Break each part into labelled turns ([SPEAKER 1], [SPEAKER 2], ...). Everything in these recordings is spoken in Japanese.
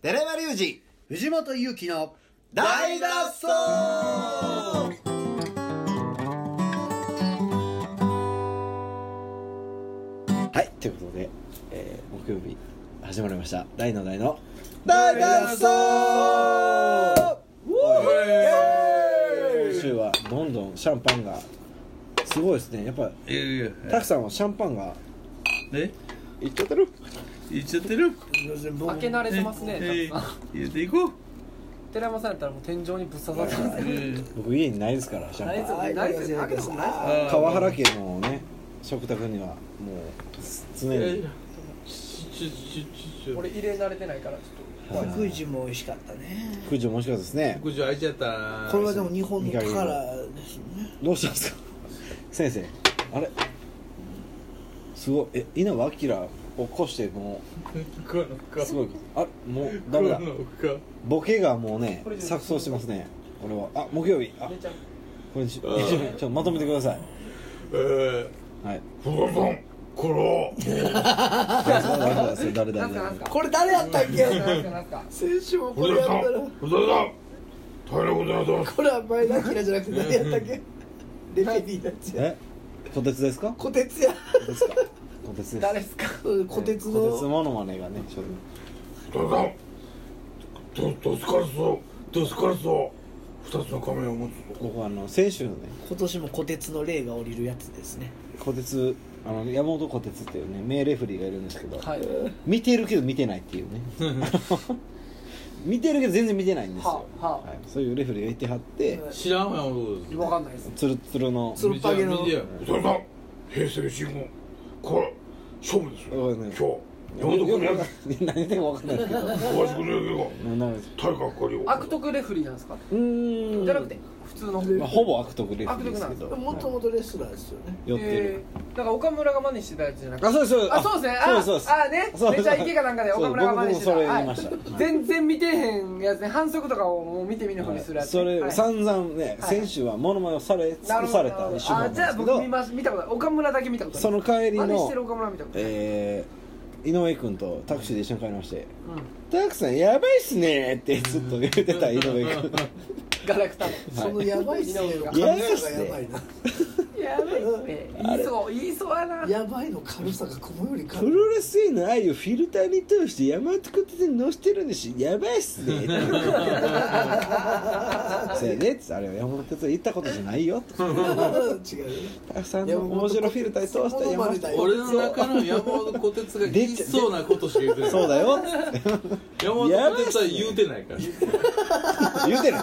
[SPEAKER 1] 寺山隆二
[SPEAKER 2] 藤本勇樹の
[SPEAKER 1] 大脱走
[SPEAKER 3] はい、ということで、えー、木曜日始まりました大の大の
[SPEAKER 1] 大脱走
[SPEAKER 3] 今週はどんどんシャンパンがすごいですねやっぱ
[SPEAKER 4] いやいや
[SPEAKER 3] タクさんはシャンパンが
[SPEAKER 4] え
[SPEAKER 3] いっちゃってる
[SPEAKER 4] 言っちゃってる
[SPEAKER 5] 開け慣れてますね、
[SPEAKER 4] ええ
[SPEAKER 5] たくさん
[SPEAKER 4] 言っていこう
[SPEAKER 5] 寺山さんやったらもう天井にぶっ刺さってますね
[SPEAKER 4] え
[SPEAKER 3] 僕家にないですからシャ
[SPEAKER 5] ナイ
[SPEAKER 3] ン
[SPEAKER 5] ス
[SPEAKER 3] パン
[SPEAKER 5] ナイス開けたことない
[SPEAKER 4] え
[SPEAKER 5] っ
[SPEAKER 4] あー
[SPEAKER 3] 川原家のね食卓にはもう常に
[SPEAKER 4] ちょちょち
[SPEAKER 5] す
[SPEAKER 4] ょちょ
[SPEAKER 5] 俺入れ慣れてないからちょ
[SPEAKER 6] 福井も美味しかったね
[SPEAKER 3] 九条もしかですね
[SPEAKER 4] 口開いちゃったな
[SPEAKER 6] これはでも日本の宝ですよね
[SPEAKER 3] どうしたんですか先生あれすごいえ稲葉明を起こしても
[SPEAKER 4] この
[SPEAKER 3] う
[SPEAKER 4] 顔
[SPEAKER 3] すごいあもうダメだ
[SPEAKER 4] この顔
[SPEAKER 3] ボケがもうね
[SPEAKER 5] これで
[SPEAKER 3] 錯綜してますねこれはあ木曜日あ
[SPEAKER 5] っとめちゃ
[SPEAKER 3] これちょちょちょっとまとめてください
[SPEAKER 4] え
[SPEAKER 3] はい
[SPEAKER 4] えボンボンコロ
[SPEAKER 3] 誰誰
[SPEAKER 5] なん
[SPEAKER 3] 誰
[SPEAKER 5] すかなんすか
[SPEAKER 6] これ誰やったっけ
[SPEAKER 5] なんすかなんすか
[SPEAKER 6] 先週もこ
[SPEAKER 4] 小
[SPEAKER 6] れや
[SPEAKER 4] 田
[SPEAKER 6] っ
[SPEAKER 4] さん
[SPEAKER 6] たら
[SPEAKER 4] 小田さん大変なことになってます
[SPEAKER 6] これは前田明じゃなくて誰やったっけレフェリーだっち
[SPEAKER 3] え小鉄ですか
[SPEAKER 6] こてつや
[SPEAKER 3] 小鉄か小鉄です
[SPEAKER 5] 誰ですか
[SPEAKER 6] こてつ
[SPEAKER 3] 小鉄
[SPEAKER 6] の
[SPEAKER 3] モノマネがねちょっ
[SPEAKER 4] 小田さんドドスカルスをドスカルスを二つの仮面を持つ
[SPEAKER 3] と僕あの先週のね
[SPEAKER 6] 今年もこてつの霊が降りるやつですね
[SPEAKER 3] 小鉄あの山本小鉄っていうね名レフェリーがいるんですけど
[SPEAKER 5] はい
[SPEAKER 3] 見てるけど見てないって いうね見てるけど全然見てないんですよ、
[SPEAKER 5] はは
[SPEAKER 3] はい、そういうレフェリーがいてはって
[SPEAKER 4] 知らんわよ俺
[SPEAKER 5] わかんないです
[SPEAKER 3] ツルツルの
[SPEAKER 6] つるっぱげの
[SPEAKER 4] 見てよ見てよ小田さん平成新聞これ勝負ですよ
[SPEAKER 3] そうだ
[SPEAKER 4] 今
[SPEAKER 3] ね
[SPEAKER 4] 日山本君のやつ
[SPEAKER 3] 何言っても分かんないですけど
[SPEAKER 4] 小橋君のやつが
[SPEAKER 3] なんです
[SPEAKER 4] 体格借りを
[SPEAKER 5] 悪徳レフェリーなんですか
[SPEAKER 3] うーん
[SPEAKER 5] じゃなくて普通の
[SPEAKER 3] まあ、ほぼ悪徳レフェリーですけど
[SPEAKER 6] もともとレスラーですよね
[SPEAKER 3] 寄ってる、
[SPEAKER 5] えーなんか岡村が真似してたやつじゃなくて
[SPEAKER 3] あ、そうですそうです。
[SPEAKER 5] あそうですね
[SPEAKER 3] そう
[SPEAKER 5] あ
[SPEAKER 3] ですそうですそうです
[SPEAKER 5] あねめちゃイケかなんかで
[SPEAKER 3] そう
[SPEAKER 5] 岡村が真似してた
[SPEAKER 3] 僕もそれ言いました。
[SPEAKER 5] はい全然見てへんやつね反則とかをもう見て見ぬふりするやつ
[SPEAKER 3] そ
[SPEAKER 5] ねは
[SPEAKER 3] れ
[SPEAKER 5] い
[SPEAKER 3] 散々ね、
[SPEAKER 5] はい
[SPEAKER 3] 先週はモノマネをされ
[SPEAKER 5] な
[SPEAKER 3] 尽
[SPEAKER 5] る
[SPEAKER 3] く
[SPEAKER 5] ほど
[SPEAKER 3] された一週
[SPEAKER 5] あ
[SPEAKER 3] 間なん
[SPEAKER 5] じ
[SPEAKER 3] で
[SPEAKER 5] ゃあ
[SPEAKER 3] すけ
[SPEAKER 5] 僕見
[SPEAKER 3] ど、
[SPEAKER 5] ます見たことない岡村だけ見たことない
[SPEAKER 3] その帰り
[SPEAKER 5] 真似してる
[SPEAKER 3] の
[SPEAKER 5] 岡村見たことない、
[SPEAKER 3] えー、井上君とタクシーで一緒に帰りまして、
[SPEAKER 5] うん
[SPEAKER 3] タクさんやばいっすねーってずっと言ってた井上君。
[SPEAKER 5] ガラクタの
[SPEAKER 6] そのやばいっすね
[SPEAKER 3] やばいっす
[SPEAKER 6] 軽さ
[SPEAKER 3] ね
[SPEAKER 6] がやばいな
[SPEAKER 5] やばいっすね言いそう言いそうやな
[SPEAKER 6] やばいの軽さがこのより
[SPEAKER 3] プ
[SPEAKER 6] 軽い
[SPEAKER 3] ロレスへの愛をフィルターに通して山手小手に乗してるんでしょやばいっ すねそうやねっつってあれは山手小手言ったことじゃないよと
[SPEAKER 6] 違うよ
[SPEAKER 3] たくさんの面白フィルターに通した山手小手
[SPEAKER 4] 俺の中の山本小鉄が言いそうなことしか言うてない
[SPEAKER 3] そうだよっつって
[SPEAKER 4] 山本小鉄は言うてないから
[SPEAKER 3] 言うてる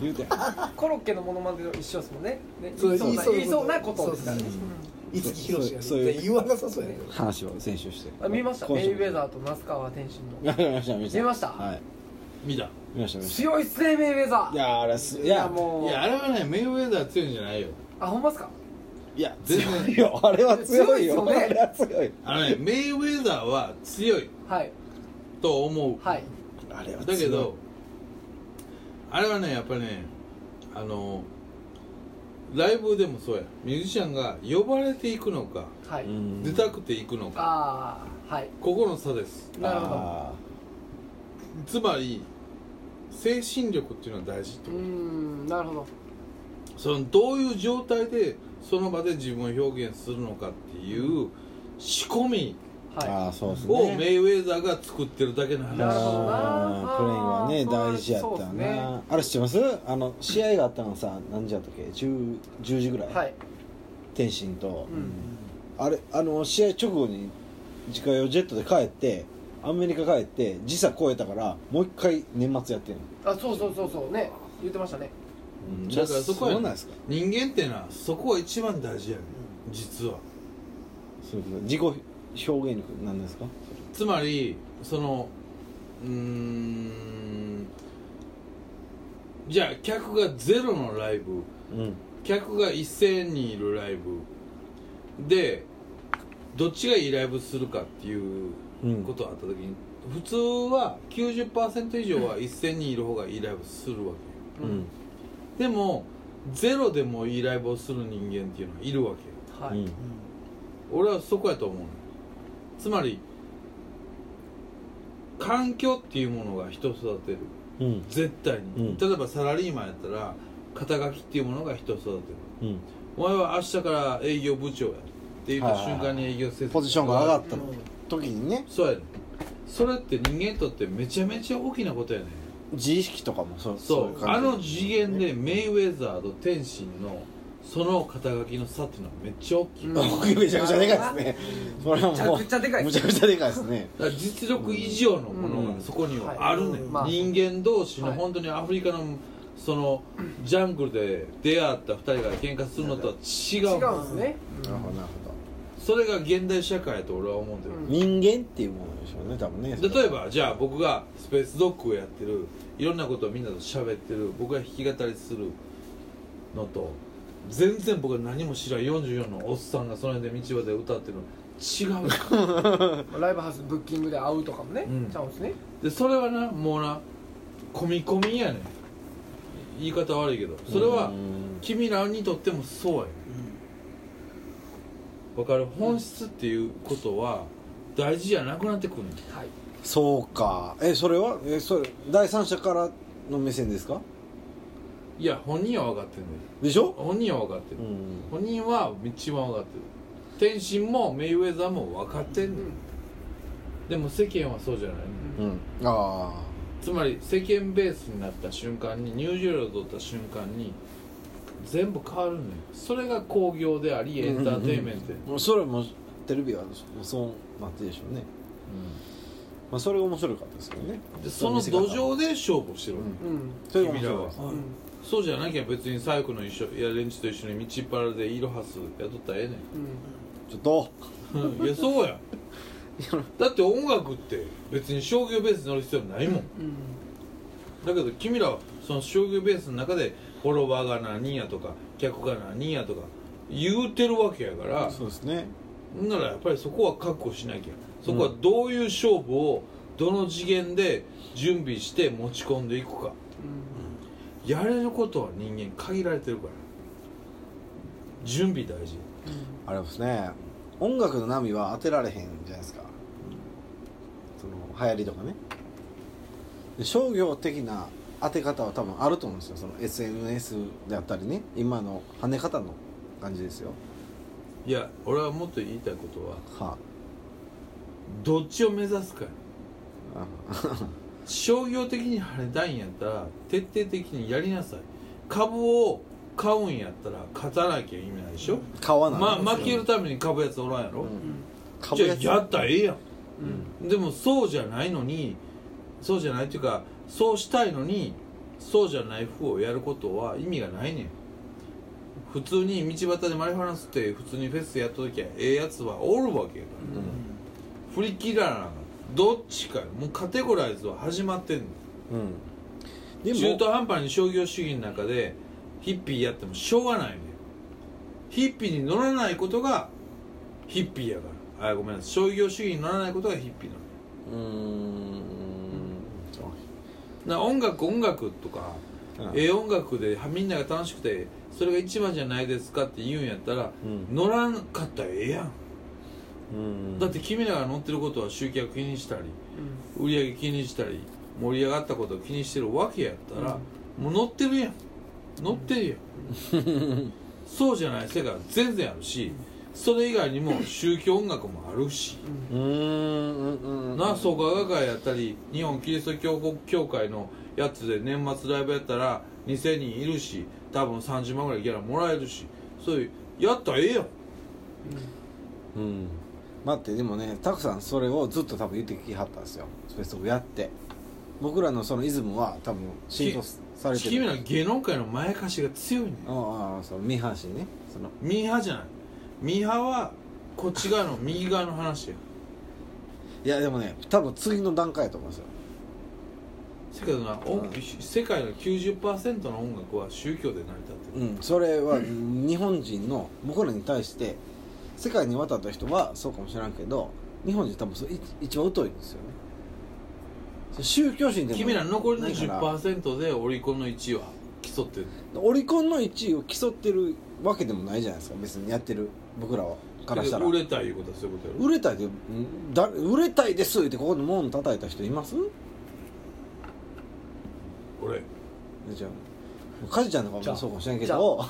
[SPEAKER 3] 言うてる
[SPEAKER 5] コロッケのモノマネと一緒ですもんねね
[SPEAKER 6] そう
[SPEAKER 5] 言いそうな
[SPEAKER 6] 言いそうなこと
[SPEAKER 5] 言いそうなことですからね
[SPEAKER 6] そうそう五木ひろしが
[SPEAKER 3] そうそういう
[SPEAKER 6] 絶対言わなさそうやね
[SPEAKER 3] 話を先週して
[SPEAKER 5] あ見ました
[SPEAKER 3] 今
[SPEAKER 5] メイ
[SPEAKER 3] 週
[SPEAKER 5] ウェザーと那須川天心の
[SPEAKER 3] 見ました見ました
[SPEAKER 5] 見ました
[SPEAKER 3] はい
[SPEAKER 4] 見た
[SPEAKER 3] 見ました見まし
[SPEAKER 5] 強いっすねメイウェザ
[SPEAKER 3] たい
[SPEAKER 5] ー
[SPEAKER 3] やあれすい
[SPEAKER 5] いや
[SPEAKER 3] や
[SPEAKER 5] もう
[SPEAKER 4] いやあれはねメイウェザー強いんじゃないよ
[SPEAKER 5] あほんまっすか
[SPEAKER 3] いや
[SPEAKER 4] 全然
[SPEAKER 3] 強いよあれは強いよ
[SPEAKER 5] 強いっすよね
[SPEAKER 3] あれは強い
[SPEAKER 4] あのねメイウェザーは強い
[SPEAKER 5] はい
[SPEAKER 4] と思う、
[SPEAKER 5] はい
[SPEAKER 3] あれは強い
[SPEAKER 4] だけどあれはねやっぱねあのライブでもそうやミュージシャンが呼ばれていくのか
[SPEAKER 5] はい、
[SPEAKER 3] うん
[SPEAKER 4] 出たくていくのか
[SPEAKER 5] ああはい
[SPEAKER 4] ここの差です
[SPEAKER 5] なるほど
[SPEAKER 3] あ
[SPEAKER 4] つまり精神力っていうのは大事って
[SPEAKER 5] うー
[SPEAKER 4] こと
[SPEAKER 5] んなるほど
[SPEAKER 4] そのどういう状態でその場で自分を表現するのかっていう仕込み
[SPEAKER 3] ー
[SPEAKER 5] は
[SPEAKER 3] あーそうですね
[SPEAKER 4] をメイウェザーが作ってるだけの
[SPEAKER 5] なるほ
[SPEAKER 4] 話
[SPEAKER 5] どな
[SPEAKER 3] あープレインはね
[SPEAKER 5] あー
[SPEAKER 3] 大事やった
[SPEAKER 5] そう
[SPEAKER 3] な、
[SPEAKER 5] ですね
[SPEAKER 3] あれ知ってますあの試合があったのさ何時やったっけ 10, 10時ぐらい、
[SPEAKER 5] いはい
[SPEAKER 3] 天心と、
[SPEAKER 5] うん
[SPEAKER 3] あれあの試合直後に自家用ジェットで帰ってアメリカ帰って時差超えたからもう一回年末やってるの、
[SPEAKER 5] あそうそうそうそうね言ってましたね
[SPEAKER 3] うん
[SPEAKER 4] だからそこは
[SPEAKER 3] そうなんですか
[SPEAKER 4] 人間っていうのはそこが一番大事やねん実は
[SPEAKER 3] そういうこと自己表現力なんですか
[SPEAKER 4] つまりそのうーんじゃあ客がゼロのライブ
[SPEAKER 3] うん
[SPEAKER 4] 客が1000人いるライブでどっちがいいライブするかっていう
[SPEAKER 3] うん
[SPEAKER 4] ことがあった時に、普通は90%以上は1000人いる方がいいライブするわけ
[SPEAKER 3] うんうん
[SPEAKER 4] よでもゼロでもいいライブをする人間っていうのはいるわけよ
[SPEAKER 5] はい、
[SPEAKER 4] 俺はそこやと思うのつまり環境っていうものが人を育てる
[SPEAKER 3] うん
[SPEAKER 4] 絶対に、
[SPEAKER 3] うん
[SPEAKER 4] 例えばサラリーマンやったら肩書きっていうものが人を育てる
[SPEAKER 3] うん
[SPEAKER 4] お前は明日から営業部長やって言った瞬間に営業せず
[SPEAKER 3] ポジションが上がった
[SPEAKER 6] うん
[SPEAKER 3] 時にね
[SPEAKER 4] そうやねそれって人間にとってめちゃめちゃ大きなことやね
[SPEAKER 3] 自意識とかもそう
[SPEAKER 4] そう
[SPEAKER 3] い
[SPEAKER 4] あ
[SPEAKER 3] 感じ
[SPEAKER 4] の次元でメイウェザーと天心のその肩書きの差っていうのはめっちゃ大きい、
[SPEAKER 5] うん
[SPEAKER 4] だか
[SPEAKER 3] めちゃくちゃでかいですねそれは
[SPEAKER 5] めちゃ
[SPEAKER 3] もう
[SPEAKER 5] くちゃでかい
[SPEAKER 3] むちゃくちゃでかいですね
[SPEAKER 4] ら実力以上のもの
[SPEAKER 3] う
[SPEAKER 4] が
[SPEAKER 3] ん
[SPEAKER 4] そこにはあるね、
[SPEAKER 5] うんまあ
[SPEAKER 4] 人間同士の
[SPEAKER 5] はい
[SPEAKER 4] 本当にアフリカのそのジャングルで出会った2人が喧嘩するのとは違
[SPEAKER 5] 違
[SPEAKER 4] う
[SPEAKER 5] うんですね
[SPEAKER 3] なるほどなるほど
[SPEAKER 4] それが現代社会やと俺は思うんだよ、
[SPEAKER 5] うん
[SPEAKER 3] 人間っていうものでしょうね多分ね
[SPEAKER 4] 例えばじゃあ僕がスペースドッグをやってるいろんなことをみんなと喋ってる僕が弾き語りするのと全然僕は何も知らん44のおっさんがその辺で道端で歌ってるの違う
[SPEAKER 5] ライブハウスブッキングで会うとかもね
[SPEAKER 4] うん
[SPEAKER 5] ちゃうんですね
[SPEAKER 4] でそれはなもうな込み込みやねん言い方悪いけどそれ
[SPEAKER 3] う
[SPEAKER 4] は
[SPEAKER 3] ん
[SPEAKER 4] 君らにとってもそうやねんわかる本質っていうことは大事じゃなくなってくるねん
[SPEAKER 5] はい
[SPEAKER 3] そうかえそれはえそれ第三者からの目線ですか
[SPEAKER 4] いや本人は分かってんねん
[SPEAKER 3] でしょ
[SPEAKER 4] 本人は分かってる、
[SPEAKER 3] うん
[SPEAKER 4] 本人は一番分かってる天心もメイウェザーも分かってんねん、でも世間はそうじゃない、
[SPEAKER 3] うんああ
[SPEAKER 4] つまり世間ベースになった瞬間に入場料を取った瞬間に全部変わるねんそれが興行でありエンターテインメントや、
[SPEAKER 3] もうそれもテレビはそうなってでしょうね、まあ、それが面白かったですけどね
[SPEAKER 4] うんでその土壌で勝負してるわけ、
[SPEAKER 3] うん
[SPEAKER 5] うん
[SPEAKER 3] それが面白かった
[SPEAKER 4] 君そうじゃなきゃ別に左翼の一緒いや連中と一緒に道っ腹でイロハス雇ったらええねん
[SPEAKER 5] うん
[SPEAKER 3] ちょっと
[SPEAKER 4] うん いやそうやだって音楽って別に商業ベースに乗る必要ないもん
[SPEAKER 5] うん
[SPEAKER 4] だけど君らはその商業ベースの中でフォロワーが何人やとか客が何人やとか言うてるわけやから
[SPEAKER 3] そうですね
[SPEAKER 4] ほんならやっぱりそこは確保しなきゃそこはどういう勝負をどの次元で準備して持ち込んでいくかやれることは人間限られてるから準備大事
[SPEAKER 3] あれですね音楽の波は当てられへんじゃないですかその流行りとかねで商業的な当て方は多分あると思うんですよその SNS であったりね今の跳ね方の感じですよ
[SPEAKER 4] いや俺はもっと言いたいことは
[SPEAKER 3] は
[SPEAKER 4] どっちを目指すかや
[SPEAKER 3] あ
[SPEAKER 4] 商業的に跳ねたいんやったら徹底的にやりなさい株を買うんやったら勝たなきゃ意味ないでしょ、
[SPEAKER 3] 買わない
[SPEAKER 4] ま、負けるために株やつおらんやろ、
[SPEAKER 3] 株
[SPEAKER 4] じゃ
[SPEAKER 3] や
[SPEAKER 4] あ
[SPEAKER 3] つ
[SPEAKER 4] やったらええやん、
[SPEAKER 5] うん
[SPEAKER 4] でもそうじゃないのにそうじゃないっていうかそうしたいのにそうじゃない風をやることは意味がないねん普通に道端でマリファナ吸って普通にフェスやった時はええやつはおるわけやから、振り切らなあかんどっちかよもうカテゴライズは始まってんの
[SPEAKER 3] うん
[SPEAKER 4] 中途半端に商業主義の中でヒッピーやってもしょうがないねヒッピーに乗らないことがヒッピーやからあごめんなさい商業主義に乗らないことがヒッピーなの
[SPEAKER 3] うーん
[SPEAKER 4] な音楽音楽とか、
[SPEAKER 3] うん
[SPEAKER 4] ええ音楽ではみんなが楽しくてそれが一番じゃないですかって言うんやったら、
[SPEAKER 3] うん
[SPEAKER 4] 乗らんかったらええやん、
[SPEAKER 3] うん
[SPEAKER 4] だって君らが乗ってることは集客気にしたり売り上げ気にしたり盛り上がったことを気にしてるわけやったら、もう乗ってるやん乗ってるやんそうじゃない世界は全然あるしそれ以外にも宗教音楽もあるし、
[SPEAKER 3] うーんうんうん
[SPEAKER 4] な創価学会やったり日本キリスト教国協会のやつで年末ライブやったら2000人いるし多分30万ぐらいギャラもらえるしそういうやったらええやん
[SPEAKER 3] うん待ってでもねたくさんそれをずっと多分言ってきはったんですよスペースオブやって僕らのそのイズムは多分浸透されて
[SPEAKER 4] 君
[SPEAKER 3] るあ
[SPEAKER 4] ら芸能界の前貸しが強いねん
[SPEAKER 3] ああそのミーハーシーねその
[SPEAKER 4] ミーハーじゃないミーハーはこっち側の右側の話や
[SPEAKER 3] いやでもね多分次の段階やと思うんですよ
[SPEAKER 4] せやけどな、お
[SPEAKER 3] うん
[SPEAKER 4] 世界の90%の音楽は宗教で成り立ってる
[SPEAKER 3] うんそれは日本人の僕らに対して世界に渡った人はそうかもしれんけど日本人多分それい一番疎いんですよねそれ宗教心でも
[SPEAKER 4] 君ら残りの
[SPEAKER 3] ないから
[SPEAKER 4] 10%でオリコンの1位は競ってる
[SPEAKER 3] オリコンの1位を競ってるわけでもないじゃないですか別にやってる僕らはからしたら
[SPEAKER 4] 売れたいうことはそういうことやろ
[SPEAKER 3] 売れたいでんだ売れたいですってここで門叩いた人います
[SPEAKER 4] 俺
[SPEAKER 3] じゃあカジちゃんとか
[SPEAKER 5] じゃ
[SPEAKER 3] も
[SPEAKER 5] あ
[SPEAKER 3] そうかもしれんけど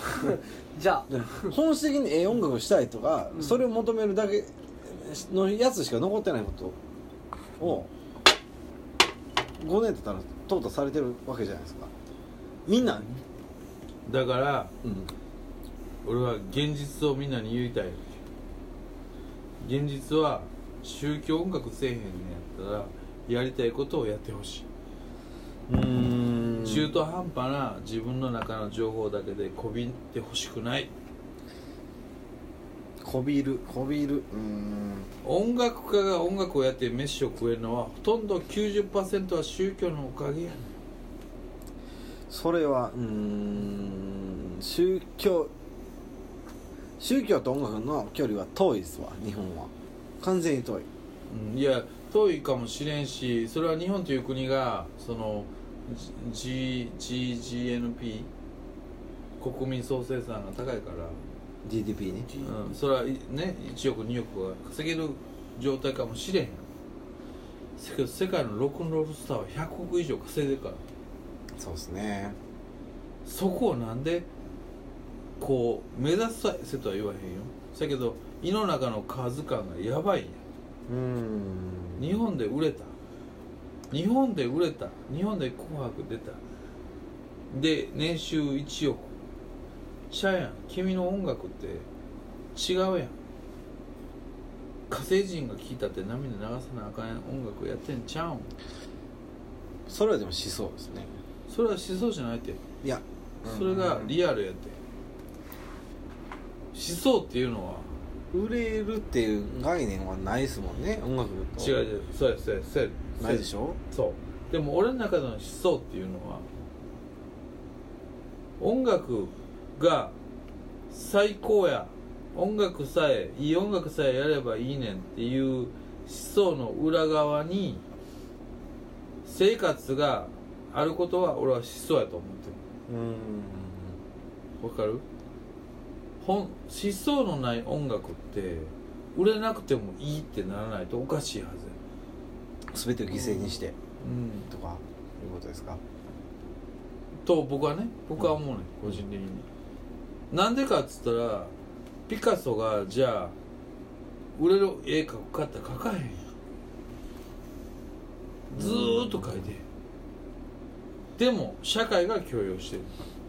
[SPEAKER 5] じゃあ
[SPEAKER 3] で本質的にええ音楽をしたいとか、それを求めるだけのやつしか残ってないことを5年経ったら淘汰されてるわけじゃないですかみんな、
[SPEAKER 4] だから
[SPEAKER 3] うん、
[SPEAKER 4] 俺は現実をみんなに言いたい現実は宗教音楽せえへんねやったらやりたいことをやってほし
[SPEAKER 3] う
[SPEAKER 4] い、
[SPEAKER 3] ん
[SPEAKER 4] 中途半端な自分の中の情報だけでこびってほしくない
[SPEAKER 3] こびるこびるうん
[SPEAKER 4] 音楽家が音楽をやって飯を食えるのはほとんど90%は宗教のおかげやねん
[SPEAKER 3] それはうーん宗教宗教と音楽の距離は遠いですわ日本は完全に遠い
[SPEAKER 4] うんいや遠いかもしれんしそれは日本という国がその G- GGNP 国民総生産が高いから、
[SPEAKER 3] GDP ね
[SPEAKER 4] うん、それはいね1億2億が稼げる状態かもしれへんせけど世界のロックンロールスターは100億以上稼いでるから
[SPEAKER 3] そうですね
[SPEAKER 4] そこをなんでこう目指せとは言わへんよせやけど胃の中の数感がやばいんや
[SPEAKER 3] うーん
[SPEAKER 4] 日本で売れた日本で売れた日本で「紅白」出たで年収1億シャやん君の音楽って違うやん火星人が聴いたって涙流さなあかん音楽やってんちゃうん
[SPEAKER 3] それはでも思想ですね
[SPEAKER 4] それは思想じゃないって
[SPEAKER 3] いや
[SPEAKER 4] それがリアルやって思想っていうのは
[SPEAKER 3] 売れるっていう概念はないですもんね音楽と
[SPEAKER 4] 違う違うそうやそうやそうや
[SPEAKER 3] ないでしょ
[SPEAKER 4] そうでも俺の中での思想っていうのは音楽が最高や音楽さえいい音楽さえやればいいねんっていう思想の裏側に生活があることは俺は思想やと思ってる
[SPEAKER 3] うーん
[SPEAKER 4] わかる本思想のない音楽って売れなくてもいいってならないとおかしいはず
[SPEAKER 3] 全
[SPEAKER 4] や、
[SPEAKER 3] てを犠牲にして
[SPEAKER 4] うん、
[SPEAKER 3] とかいうことですか
[SPEAKER 4] と僕はね僕は思うね、個人的になんでかっつったらピカソがじゃあ売れる絵描くかって描かへんやんずーっと描いてでも社会が強要してる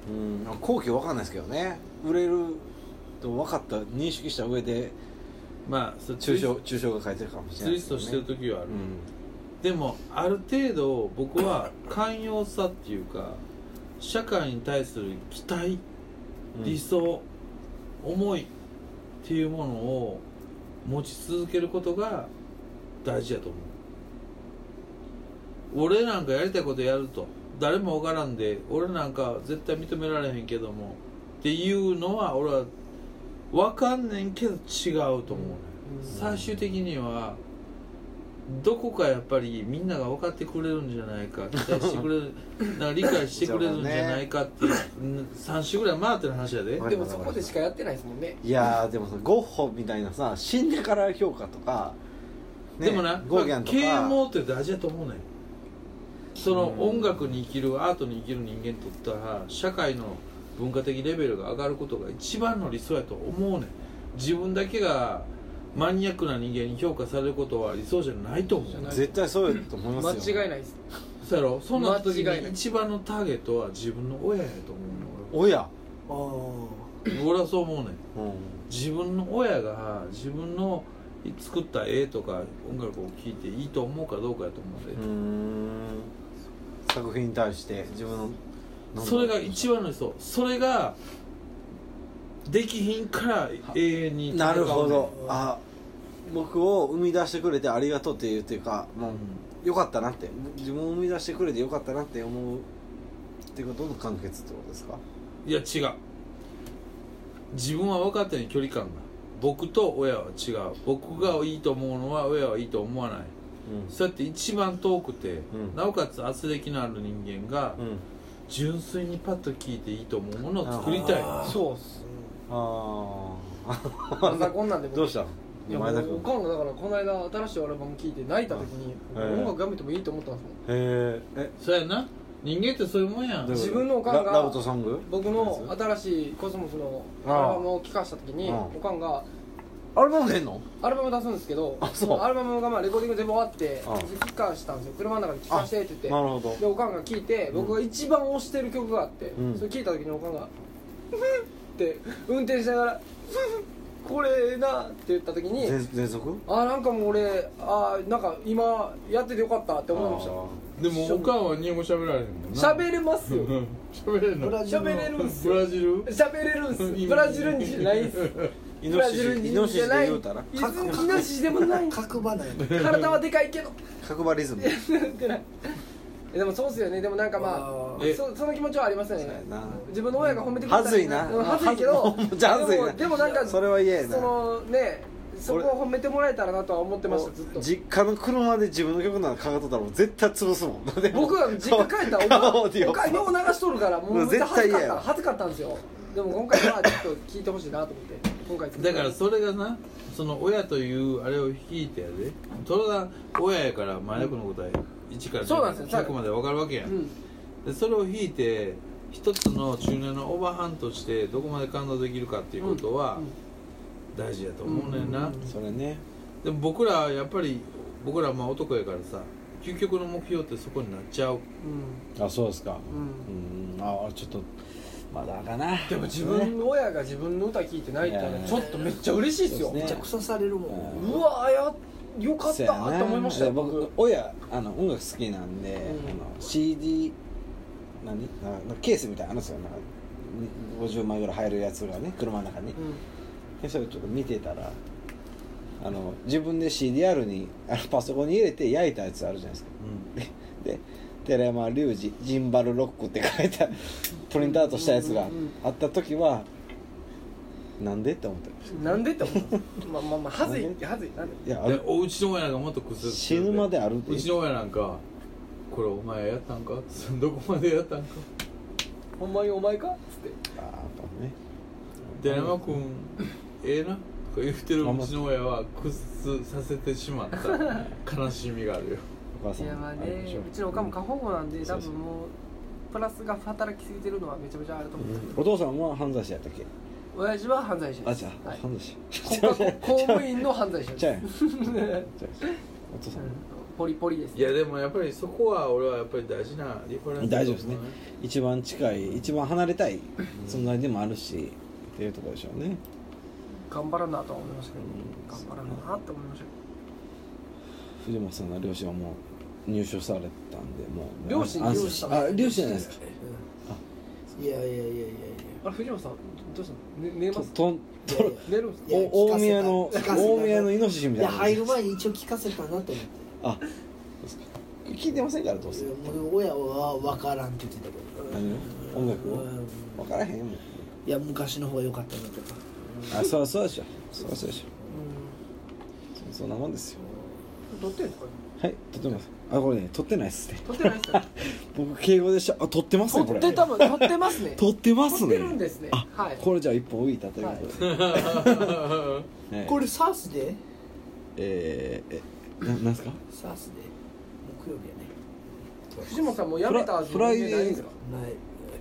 [SPEAKER 3] うん後期わかんないですけどね売れると分かった認識した上で
[SPEAKER 4] まあそれ
[SPEAKER 3] 抽象抽象が書いてるかもしれ
[SPEAKER 4] ツ
[SPEAKER 3] ない
[SPEAKER 4] イストしてる
[SPEAKER 3] と
[SPEAKER 4] 時はある、
[SPEAKER 3] うん
[SPEAKER 4] でもある程度僕は寛容さっていうか社会に対する期待
[SPEAKER 3] うん
[SPEAKER 4] 理想、思いっていうものを持ち続けることが大事やと思う俺なんかやりたいことやると誰も分からんで俺なんか絶対認められへんけどもっていうのは俺は分かんねんけど違うと思うね、最終的にはどこかやっぱりみんなが分かってくれるんじゃないか期待してくれるなんか理解してくれるんじゃないかって、3週ぐらい回ってる話やで
[SPEAKER 3] はい
[SPEAKER 5] でもそこでしかやってないですもんね
[SPEAKER 3] いやーでもさゴッホみたいなさ死んでから評価とか、ね
[SPEAKER 4] でもな、
[SPEAKER 3] ゴーギャンとか
[SPEAKER 4] 啓蒙って大事だと思うねんその音楽に生きるアートに生きる人間にとったら社会の文化的レベルが上がることが一番の理想やと思うねん自分だけがマニアックな人間に評価されることは理想じゃないと思う
[SPEAKER 5] じゃない
[SPEAKER 3] 絶対そうやと思い
[SPEAKER 5] 間
[SPEAKER 3] ますよ
[SPEAKER 5] 違いないです
[SPEAKER 4] そうやろそんな時
[SPEAKER 5] 間違いな
[SPEAKER 4] に
[SPEAKER 5] い
[SPEAKER 4] 一番のターゲットは自分の親やと思う
[SPEAKER 3] 親
[SPEAKER 6] あー
[SPEAKER 4] ねん俺俺はそう思うねん
[SPEAKER 3] うん
[SPEAKER 4] 自分の親が自分の作った絵とか音楽を聴いていいと思うかどうかやと思うねん
[SPEAKER 3] うーん作品に対して自分のなんだ
[SPEAKER 4] それが一番の理想それができひんから永遠に
[SPEAKER 3] なるほどあ僕を生み出してくれてありがとうっていうっていうかもうよかったなって自分を生み出してくれてよかったなって思うっていうことの完結ってことですか
[SPEAKER 4] いや違う自分は分かってん距離感が僕と親は違う僕がいいと思うのは親はいいと思わないそうやって一番遠くて、
[SPEAKER 3] うん
[SPEAKER 4] なおかつ圧力のある人間が
[SPEAKER 3] うん
[SPEAKER 4] 純粋にパッと聞いていいと思うものを作りたい
[SPEAKER 3] あ
[SPEAKER 6] そうっす
[SPEAKER 3] ああ
[SPEAKER 5] なんだこんなんで も
[SPEAKER 3] どうしたん
[SPEAKER 5] いやも
[SPEAKER 3] 前田
[SPEAKER 5] う
[SPEAKER 3] 君
[SPEAKER 5] 今度だからこの間新しいアルバム聴いて泣いた時に
[SPEAKER 3] あへえ
[SPEAKER 5] 音楽やめてもいいと思ったんですもん
[SPEAKER 3] えー、え
[SPEAKER 4] そうやな人間ってそういうもんや
[SPEAKER 3] どういうこと
[SPEAKER 5] 自分のおかんが
[SPEAKER 3] ララブとソング
[SPEAKER 5] 僕の新しいコスモスのアルバムを聴かした時に
[SPEAKER 3] ああ
[SPEAKER 5] おかんが
[SPEAKER 3] アルバム出んの
[SPEAKER 5] アルバム出すんですけど
[SPEAKER 3] あそう
[SPEAKER 5] のアルバムがまあレコーディング全部終わって
[SPEAKER 3] ああ
[SPEAKER 5] 聴かしたんですよ車の中で聴かしてって言って
[SPEAKER 3] なるほど
[SPEAKER 5] でおかんが聴いて僕が一番推してる曲があって、
[SPEAKER 3] うん
[SPEAKER 5] それ聴いた時におかんが「ふふん」って運転しながら「ふふんこれええな」って言った時に
[SPEAKER 3] 全全速
[SPEAKER 5] あーなんかもう俺あーなんか今やっててよかったって思いました
[SPEAKER 4] でもおかんは日本語喋られへんもんな
[SPEAKER 5] 喋れますよ
[SPEAKER 4] うん喋れんの
[SPEAKER 6] ブラジル
[SPEAKER 5] 喋
[SPEAKER 6] の
[SPEAKER 5] れるんす
[SPEAKER 4] ブ
[SPEAKER 5] よ
[SPEAKER 4] ラジル
[SPEAKER 5] 喋れるんすブラジル人じゃないんす
[SPEAKER 3] イ
[SPEAKER 5] ブ
[SPEAKER 3] ノ
[SPEAKER 5] ラ
[SPEAKER 3] シ
[SPEAKER 5] ジル人
[SPEAKER 3] シイ
[SPEAKER 5] じゃ
[SPEAKER 3] ノシシで
[SPEAKER 5] ない
[SPEAKER 3] 言うたら
[SPEAKER 5] イノイノシシでもない
[SPEAKER 6] 角場なんや
[SPEAKER 5] 体はでかいけど
[SPEAKER 3] 角張リズム
[SPEAKER 5] ってないえでもそうっすよねでもなんかま
[SPEAKER 6] あ
[SPEAKER 5] あ
[SPEAKER 4] ー
[SPEAKER 5] そその気持ちはありますよ
[SPEAKER 3] そうや
[SPEAKER 5] ね
[SPEAKER 3] な
[SPEAKER 5] 自分の親が褒めてくれた
[SPEAKER 3] はずいな
[SPEAKER 5] うんはずいけど
[SPEAKER 3] はずじゃあはずい
[SPEAKER 5] で
[SPEAKER 3] な
[SPEAKER 5] もでもなんか
[SPEAKER 3] それは嫌やな
[SPEAKER 5] そのねそこを褒めてもらえたらなとは思ってましたずっと
[SPEAKER 3] 実家の車で自分の曲なんかかかっとったらもう絶対潰すもんだって
[SPEAKER 5] 僕は実家帰ったらお
[SPEAKER 3] 顔
[SPEAKER 5] かん
[SPEAKER 3] 顔でよ
[SPEAKER 5] おかんよう流しとるからもうめっちゃ恥
[SPEAKER 3] 絶対
[SPEAKER 5] ず
[SPEAKER 3] 嫌
[SPEAKER 5] かっ
[SPEAKER 3] や
[SPEAKER 5] た
[SPEAKER 3] わ
[SPEAKER 5] 恥ずかったんですよでも今回はちょっと聞いてほしいなと思って今回作った
[SPEAKER 4] だからそれがなその親というあれを引いてやでそれが親やから前田君のことは1から
[SPEAKER 5] そうなんですよ
[SPEAKER 4] 100まで分かるわけやん、
[SPEAKER 5] うん
[SPEAKER 4] でそれを引いて一つの中年のオーバーハンとしてどこまで感動できるかっていうことは大事やと思うねんな、
[SPEAKER 3] それね
[SPEAKER 4] でも僕らやっぱり僕らまあ男やからさ究極の目標ってそこになっちゃう
[SPEAKER 5] うん
[SPEAKER 3] あそうですか
[SPEAKER 5] うん
[SPEAKER 3] うんあちょっとまだかな
[SPEAKER 5] でも自分の親が自分の歌聞いてないってのはちょっとめっちゃ嬉しいですよ
[SPEAKER 3] そうで
[SPEAKER 6] めっちゃ腐されるも
[SPEAKER 3] うん
[SPEAKER 6] ん
[SPEAKER 5] うわやよかった
[SPEAKER 3] そう
[SPEAKER 5] と
[SPEAKER 3] やな
[SPEAKER 5] 思いました
[SPEAKER 3] いや
[SPEAKER 5] よ
[SPEAKER 3] 僕親あの音楽好きなんで、
[SPEAKER 5] ん
[SPEAKER 3] あの CD 何ななケースみたいなのあるんですよなんか50枚ぐらい入るやつがね車の中に、でそれちょっと見てたらあの自分で CDR にあのパソコンに入れて焼いたやつあるじゃないですかで寺山隆二ジンバルロックって書いたプリントアウトしたやつがあった時は、なんでって思ってまし
[SPEAKER 5] うんなんでって思うまあまあまあ恥ずい
[SPEAKER 3] なん
[SPEAKER 5] って恥ずいなんで
[SPEAKER 3] たいやあ
[SPEAKER 4] で
[SPEAKER 3] れ
[SPEAKER 4] おうちの親がもっと崩す
[SPEAKER 3] 死ぬまであるって
[SPEAKER 4] うちの親なんかこれお前やったんか どこまでやったんか
[SPEAKER 5] ほんまにお前かっつって
[SPEAKER 3] あーやっぱね
[SPEAKER 4] 寺山君ええなとか言ってる
[SPEAKER 3] あ
[SPEAKER 4] う
[SPEAKER 3] ま
[SPEAKER 4] ちの親は屈させてしまった 悲しみがあるよ
[SPEAKER 3] お母さん
[SPEAKER 5] いやまあ
[SPEAKER 3] あれ
[SPEAKER 5] ね
[SPEAKER 3] でしょ
[SPEAKER 5] うちのおかんも過保護なんで
[SPEAKER 3] そ
[SPEAKER 5] 多
[SPEAKER 3] うそう
[SPEAKER 5] 分もうプラスが働きすぎてるのはめちゃめちゃあると思う
[SPEAKER 3] お父さんは犯罪者やったっけ
[SPEAKER 5] 親父は犯罪者
[SPEAKER 3] あ
[SPEAKER 5] です
[SPEAKER 3] じゃあ、
[SPEAKER 5] はい
[SPEAKER 3] 犯罪
[SPEAKER 5] 国
[SPEAKER 3] 者
[SPEAKER 5] 家公務員の犯罪者
[SPEAKER 3] ちゃうや
[SPEAKER 5] で
[SPEAKER 3] ん
[SPEAKER 5] す
[SPEAKER 3] ちゃうやんお父さんね
[SPEAKER 5] ポリポリです
[SPEAKER 4] いやでもやっぱりそこは俺はやっぱり大事なリファレンスだ
[SPEAKER 3] 大
[SPEAKER 4] と
[SPEAKER 3] 丈夫で
[SPEAKER 4] 思う
[SPEAKER 3] すね一番近い一番離れたい存在でもあるしっていうところでしょうね
[SPEAKER 5] 頑張らなとは思いましたけ
[SPEAKER 3] うん
[SPEAKER 5] ど頑張らなって思いましたけ
[SPEAKER 3] 藤本さんの両親はもう入所されたんでもう
[SPEAKER 5] 両親
[SPEAKER 3] 安
[SPEAKER 5] 両
[SPEAKER 3] 心
[SPEAKER 5] 親
[SPEAKER 3] しあ両親じゃないですか
[SPEAKER 6] うんいやいやいやいやいや
[SPEAKER 5] どあれ藤本さんどうしたの寝寝
[SPEAKER 3] と
[SPEAKER 5] ます
[SPEAKER 3] と
[SPEAKER 6] いやいや
[SPEAKER 5] 寝るんです
[SPEAKER 6] いや
[SPEAKER 3] お
[SPEAKER 6] 聞かせた
[SPEAKER 3] 大宮の
[SPEAKER 6] 聞かせた
[SPEAKER 3] 大宮のイノシシみ
[SPEAKER 6] い
[SPEAKER 3] たい
[SPEAKER 6] や
[SPEAKER 3] な
[SPEAKER 6] 入る前に一応聞かせたなと思って
[SPEAKER 3] あ聞いてませんからどうせ
[SPEAKER 6] 俺親は分からんって言ってたけど
[SPEAKER 3] 何を音楽を
[SPEAKER 6] うん
[SPEAKER 3] 分からへんもん
[SPEAKER 6] いや昔の方が良かったなとか
[SPEAKER 3] あそうそうでしょそうそうでしょそそんなもんですよ
[SPEAKER 5] 撮ってんですか
[SPEAKER 3] はい撮ってますあこれ ね撮ってないっすね
[SPEAKER 5] 撮ってないっすよね
[SPEAKER 3] 僕敬語でしたあ撮ってます
[SPEAKER 5] 撮
[SPEAKER 3] ねこ
[SPEAKER 5] っ
[SPEAKER 3] れ
[SPEAKER 5] て多分撮ってますね
[SPEAKER 3] 撮ってますね
[SPEAKER 5] 撮ってるんですね
[SPEAKER 3] あ、
[SPEAKER 5] はい
[SPEAKER 3] これじゃあ一歩浮いたということで、えー
[SPEAKER 6] これサースで
[SPEAKER 3] えー、えななんすか
[SPEAKER 6] サースで木曜日や
[SPEAKER 5] 藤本さんもうやめたはず
[SPEAKER 3] フライ
[SPEAKER 5] ないんですか
[SPEAKER 6] ねない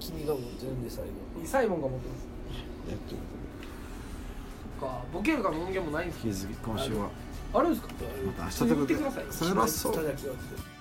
[SPEAKER 6] 君がもう全部最後
[SPEAKER 5] サイモンが持ってます
[SPEAKER 3] やっというこ
[SPEAKER 5] そっかボケるか人間もないんです
[SPEAKER 3] とで引き続き今週は
[SPEAKER 5] かあるんですか
[SPEAKER 3] また明日
[SPEAKER 5] ということでそれは
[SPEAKER 6] いただきます